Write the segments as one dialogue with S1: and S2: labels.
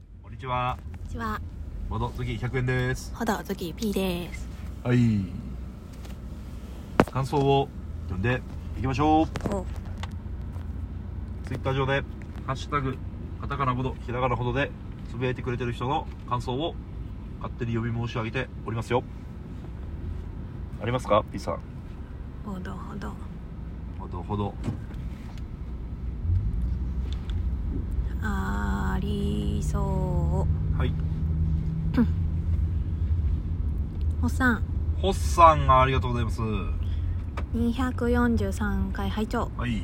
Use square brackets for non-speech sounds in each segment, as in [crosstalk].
S1: ちは。
S2: こんにちは、
S1: まど、次100円です。
S2: ほどずき P です。
S1: はい。感想を読んでいきましょう。
S2: お、
S1: ツイッター上で、ハッシュタグ、カタカナほど、ひらがなほどで、つぶやいてくれてる人の感想を勝手に呼び申し上げておりますよ。ありますか ?P さん。
S2: ほどほど。
S1: ほどほど。
S2: ありそ
S1: はい。
S2: う。おっさん、
S1: ホッさんありがとうございます。
S2: 243回拝聴。
S1: はい。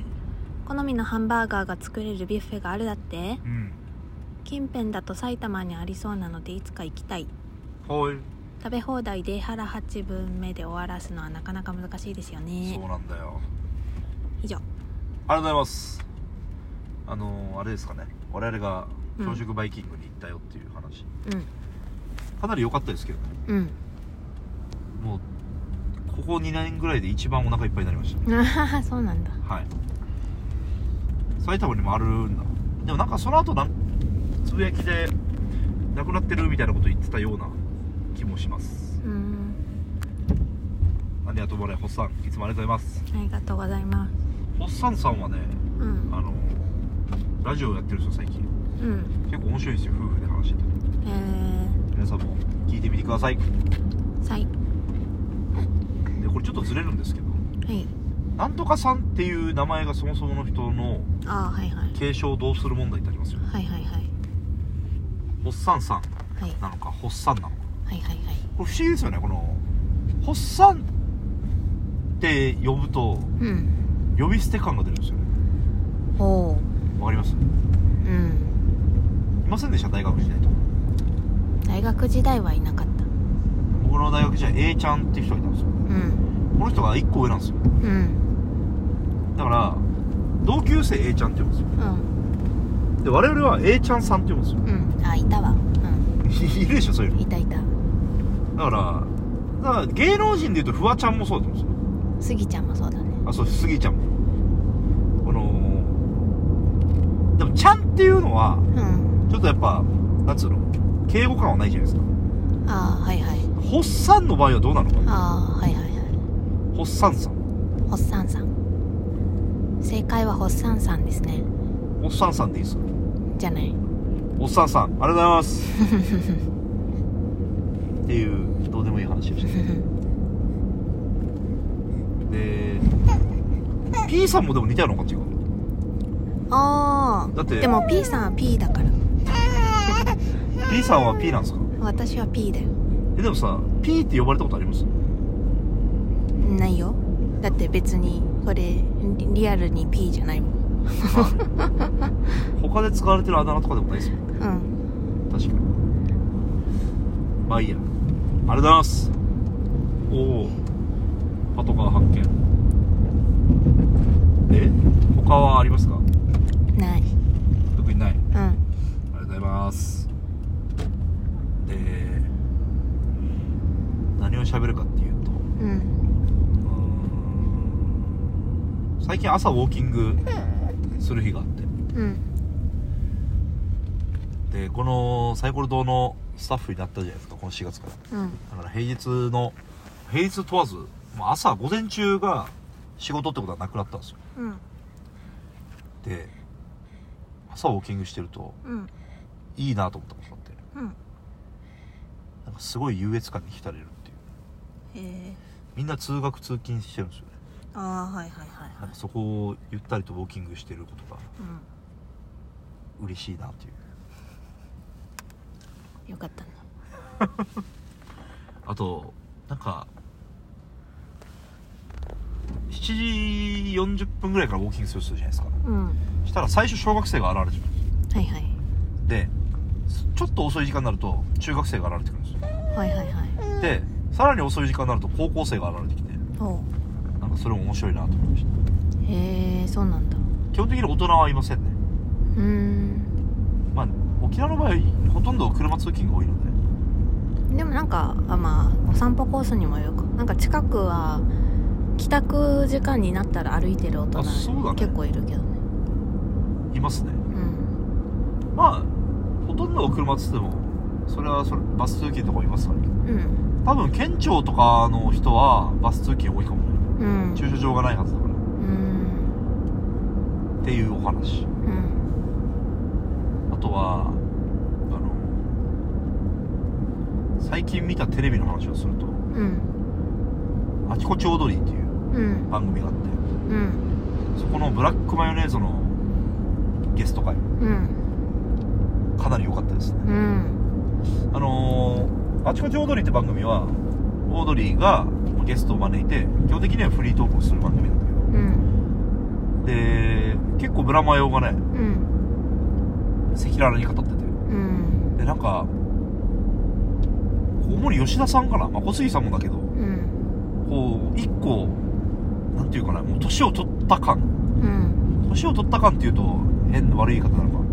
S2: 好みのハンバーガーが作れるビュッフェがあるだって
S1: うん。
S2: 近辺だと埼玉にありそうなのでいつか行きたい。
S1: はい。
S2: 食べ放題で腹8分目で終わらすのはなかなか難しいですよね
S1: そう。なんだよ。
S2: 以上。
S1: ありがとうございますあのーあれですかね我々が朝食バイキングに行ったよっていう話、かなり良かったですけどね
S2: うん。
S1: もうここ2年ぐらいで一番お腹いっぱいになりました
S2: うん。あはは [laughs] そうなんだ。
S1: はい埼玉にもあるんだでもなんかその後なんつぶやきでなくなってるみたいなこと言ってたような気もします
S2: うん。
S1: ありがとうございますホッサンいつもありがとうございます
S2: ありがとうございます。
S1: ホッサンさんはね
S2: うん。
S1: あのーラジオやってるんですよ最近
S2: うん。
S1: 結構面白いんですよ夫婦で話してて
S2: え
S1: 皆さんも聞いてみてくださいで
S2: ー、さい。
S1: これちょっとずれるんですけど
S2: はい。
S1: なんとかさんっていう名前がそもそもの人の
S2: あーはいはい。
S1: 継承をどうする問題ってありますよね
S2: はいはいはい
S1: ホッサンさん
S2: はい
S1: なのかホッサンなのか
S2: はいはいはい
S1: これ不思議ですよねこのホッサンって呼ぶと
S2: うん
S1: 呼び捨て感が出るんですよね
S2: おう
S1: わかります
S2: うん
S1: いませんでした大学時代とか
S2: 大学時代はいなかった
S1: 僕の大学時代 A ちゃんっていう人がいたんですよ
S2: うん
S1: この人が1個上なんですよ
S2: うん
S1: だから同級生 A ちゃんって呼ぶんですよ
S2: うん
S1: で我々は A ちゃんさんって呼ぶんです
S2: うんあいたわう
S1: よ [laughs] いるでしょそういうの
S2: んいたいた
S1: だから、だから芸能人で言うとフワちゃんもそうだと思うんです
S2: スギちゃんもそうだね
S1: よ。あ、そう、スギちゃんも。この、でも、ちゃんっていうのは、
S2: うん
S1: ちょっとやっぱ、なんつうの、敬語感はないじゃないですか。
S2: ああはいはい
S1: ホッサンの場合はどうなのか。
S2: ああはいはいはい
S1: ホッサンさん。
S2: ホッサンさん正解はホッサンさんですね
S1: ホッサンさんでいいですか
S2: じゃ [laughs] ない
S1: ホッサンさん、ありがとうございます。っていう、どうでもいい話をして。で、P さんもでも似たような感じが。
S2: ああ
S1: だって
S2: でも P さんは P だから
S1: P さんは P なんですか
S2: 私は P だよ
S1: え、でもさ、P って呼ばれたことあります
S2: ないよだって別にこれリリアルに P じゃないもん
S1: 他で使われてるあだ名とかでもないですよ
S2: うん
S1: 確かにまあいいやありがとうございますおおパトカー発見え他はありますか
S2: ない
S1: 特にないありがと
S2: うん
S1: うございますで何を喋るかっていうと
S2: うん
S1: うーん最近朝ウォーキングする日があって
S2: うん
S1: でこのサイコロ堂のスタッフになったじゃないですかこの4月から
S2: うん
S1: だから平日の平日問わずまあ朝午前中が仕事ってことはなくなったんですよ
S2: うん
S1: で朝ウォーキングしてると
S2: うん
S1: いいなと思ったことがあって
S2: うん
S1: なんかすごい優越感に浸れるっていう
S2: へえ
S1: みんな通学通勤してるんですよね
S2: ああはいはいはい
S1: な
S2: は
S1: ん
S2: い
S1: かそこをゆったりとウォーキングしてることが
S2: う
S1: 嬉しいなっていうん
S2: よかったね
S1: あとなんか7時40分ぐらいからウォーキングする人いるじゃないですか
S2: うんは
S1: したら最初小学生が現れてくるんですよ
S2: いはい
S1: でちょっと遅い時間になると中学生が現れてくるんですよ
S2: はいはいはい
S1: でさらに遅い時間になると高校生が現れてきて
S2: おう
S1: なんかそれも面白いなと思いました
S2: へえそうなんだう
S1: 基本的に大人はいませんね
S2: ーん
S1: まあ沖縄の場合ほとんど車通勤が多いので
S2: でもなんかあまあお散歩コースにもよるかなんか近くは帰宅時間になったら歩いてる大人
S1: あそうだね
S2: 結構いるけどね
S1: いますね
S2: うん
S1: まあほとんどが車っつってもそれはそれバス通勤とかもいますから
S2: うん
S1: 多分県庁とかの人はバス通勤多いかもね
S2: うん
S1: 駐車場がないはずだから
S2: うん
S1: っていうお話
S2: うん
S1: あとはあの最近見たテレビの話をすると
S2: うん
S1: 「あちこち踊り」っていう
S2: うん
S1: 番組があって
S2: うん
S1: そこのブラックマヨネーズのゲスト会
S2: うん
S1: かなり良かったですね
S2: うん
S1: あのーあちこちオードリー」って番組はオードリーがゲストを招いて基本的にはフリートークをする番組なんだけ
S2: うん
S1: どで結構ブラマヨがね
S2: うん
S1: 赤裸々に語ってて
S2: うん
S1: でなんか主に吉田さんかな、まあ、小杉さんもだけど
S2: うん
S1: こう一個なんていうかなもう年を取った感
S2: うん
S1: 年を取った感っていうと変な悪い言い方なのか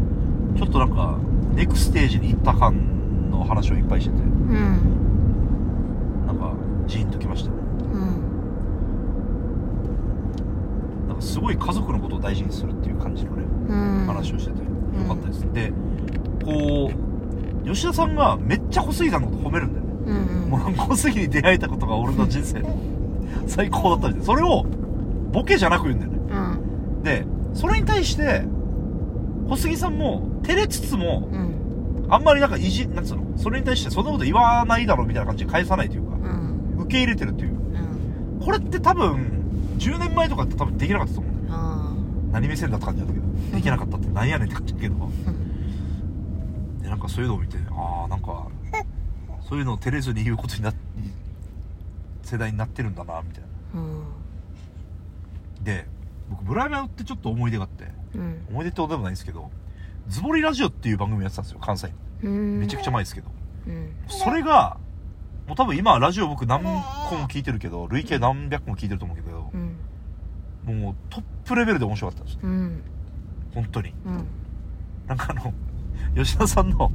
S1: ちょっとなんかネクステージに行った感の話をいっぱいしてて
S2: うん
S1: なんかジーンときましたね
S2: うん
S1: なんかすごい家族のことを大事にするっていう感じのね
S2: うん
S1: 話をしててよかったです、でこう吉田さんがめっちゃ小杉さんのこと褒めるんだよね
S2: うん
S1: もう小杉に出会えたことが俺の人生
S2: [laughs]
S1: の最高だったみたいなそれをボケじゃなく言うんだよね
S2: うん
S1: でそれに対して小杉さんも照れつつも
S2: うん
S1: あんまりなんかいじなんつうのそれに対してそんなこと言わないだろうみたいな感じで返さないというか
S2: うん
S1: 受け入れてるっていう
S2: うん
S1: これって多分10年前とかって多分できなかったと思うんだよ
S2: あ
S1: 何目線だって感じだったけどできなかったってなんやねんって感じだけど
S2: ーうん
S1: でなんかそういうのを見てああなんかそういうのを照れずに言うことになっ世代になってるんだなみたいな
S2: うん
S1: で僕ブラマヨってちょっと思い出があって
S2: うん
S1: 思い出ってことでもないんですけどズボリラジオっていう番組やってたんですよ関西の
S2: うん
S1: めちゃくちゃ前ですけど
S2: うん
S1: それがもう多分今ラジオ僕何個も聞いてるけど累計何百個も聞いてると思うけど
S2: うん
S1: もうトップレベルで面白かったんですよ
S2: うん
S1: 本当に
S2: うん
S1: なんかあの吉田さんの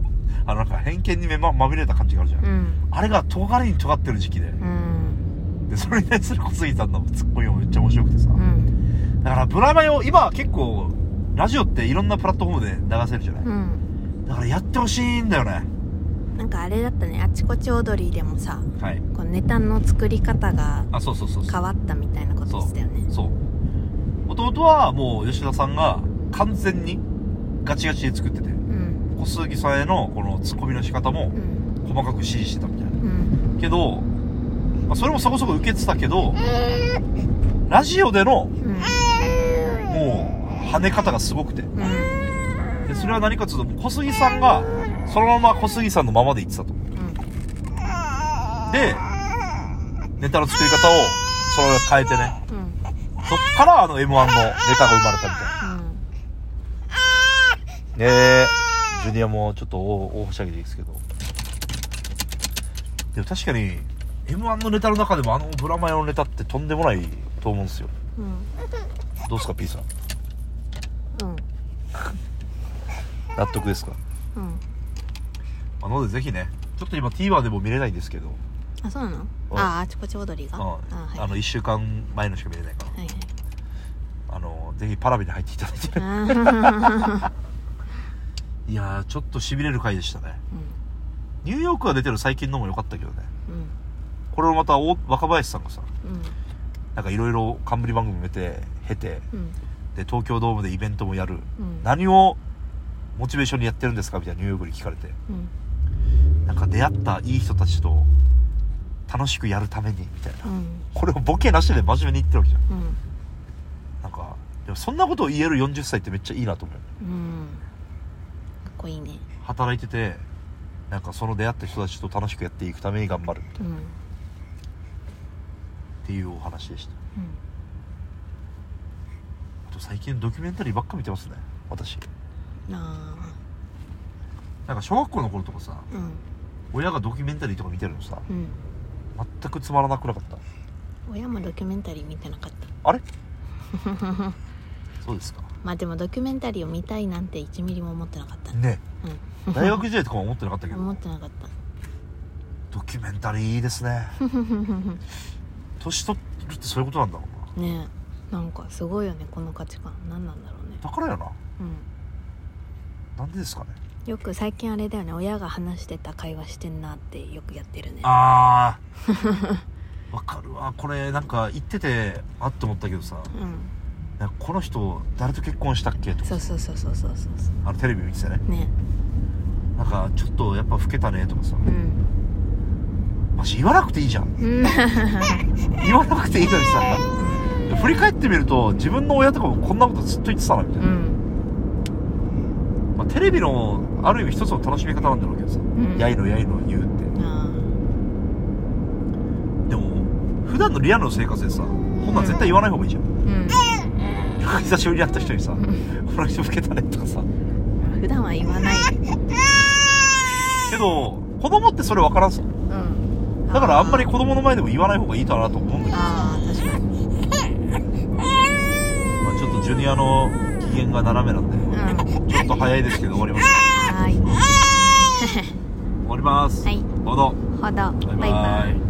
S1: あのなんか偏見に目ままみれた感じがあるじゃん、
S2: うん
S1: あれが尖りに尖ってる時期で
S2: うん
S1: でそれに対する小杉さんのツッコミもめっちゃ面白くてさ、
S2: うん
S1: だからブラマヨ今は結構ラジオっていろんなプラットフォームで流せるじゃない、
S2: うん
S1: だからやってほしいんだよね
S2: なんかあれだったねあちこち踊りでもさ
S1: はい
S2: こうネタの作り方が
S1: あそうそうそうそう
S2: 変わったみたいなことですよね
S1: そう弟はもう吉田さんが完全にガチガチで作ってて
S2: うん
S1: 小杉さんへのこのツッコミの仕方も
S2: うん
S1: 細かく指示してたみたいな
S2: うん
S1: けど、まあ、それもそこそこ受けてたけど、ラジオでの
S2: うん
S1: もう跳ね方がすごくて
S2: うん
S1: でそれは何かっていうと小杉さんがそのまま小杉さんのままで言ってたとでネタの作り方をそれを変えてね
S2: うんうん
S1: そっからあの m 1のネタが生まれたみたいなねえジュニアもちょっと大大はしゃぎでいいですけどでも確かに m 1のネタの中でもあのブラマヨのネタってとんでもないと思うんですよ
S2: うん
S1: どうですか P さん
S2: うん
S1: 納得ですか
S2: うん
S1: まあなのでぜひねちょっと今 TVer でも見れないんですけど、
S2: あそうなのああちこち踊りが
S1: うん
S2: あ
S1: あ
S2: は
S1: の1週間前のしか見れないから
S2: いはい
S1: あのぜひパラビに入っていただいて
S2: あ
S1: いやーちょっとしびれる回でしたね
S2: うん
S1: ニューヨークが出てる最近のも良かったけどね
S2: うん
S1: これをまたお若林さんがさ
S2: うん
S1: なんかいろいろ冠番組見て経て
S2: うん
S1: で東京ドームでイベントもやる
S2: うん
S1: 何をモチベーションにやってるんですかみたいなニューヨークに聞かれて
S2: うん
S1: なんか出会ったいい人たちと楽しくやるためにみたいな
S2: うん
S1: これをボケなしで真面目に言ってるわけじゃん
S2: うん
S1: なんかでもそんなことを言える40歳ってめっちゃいいなと思うよね
S2: うんかっこいいね
S1: 働いててなんかその出会った人たちと楽しくやっていくために頑張るみたいな
S2: うんうん
S1: っていうお話でしたあと最近ドキュメンタリーばっか見てますね私
S2: あ
S1: なんか小学校の頃とかさ
S2: あうん
S1: 親がドキュメンタリーとか見てるのさ
S2: うん
S1: 全くつまらなくなかった
S2: 親もドキュメンタリー見てなかった
S1: あれそうですか
S2: まあでもドキュメンタリーを見たいなんて1ミリも思ってなかったね
S1: ね
S2: [laughs] うん
S1: 大学時代とかも思ってなかったけど
S2: 思ってなかった
S1: ドキュメンタリーいいですね年取るってそういうことなんだろう
S2: ねえなんかすごいよねこの価値観何なんだろうね
S1: なだからよな
S2: うん
S1: なんでですかね
S2: よく最近あれだよね親が話してた会話してんなってよくやってるね
S1: ああ [laughs] わかるわこれなんか言っててあって思ったけどさ
S2: うん
S1: なんかこの人誰と結婚したっけとか
S2: そうそうそうそうそうそうそ
S1: あのテレビ見ててね
S2: うね
S1: なんかちょっとやっぱ老けたねとかさ
S2: うん
S1: マジ言わなくていいじゃ [laughs] ん
S2: うん
S1: 言わなくていいのにさ振り返ってみると自分の親とかもこんなことずっと言ってたなみたいうな、
S2: ん
S1: まあ、テレビのある意味一つの楽しみ方なんだろうけどさ、
S2: ん
S1: やいのやいの言うって
S2: あ
S1: でも普段のリアルの生活でさこんなん絶対言わない方がいいじゃん
S2: ーうん
S1: 久しぶりに会った人にさ「この人老けたね」とかさ
S2: 普段は言わない
S1: けど子供ってそれ分からんさ
S2: うん
S1: [laughs] だからあんまり子供の前でも言わない方がいいかなと思うんだけど、
S2: あーあー確かに
S1: まあ、ちょっとジュニアの機嫌が斜めなん
S2: う
S1: で [laughs]
S2: んは
S1: ちょっと早いですけど終わります
S2: ーい [laughs]
S1: 終わります
S2: はい
S1: ほどバ
S2: ほど
S1: イバ
S2: バイバイ
S1: イ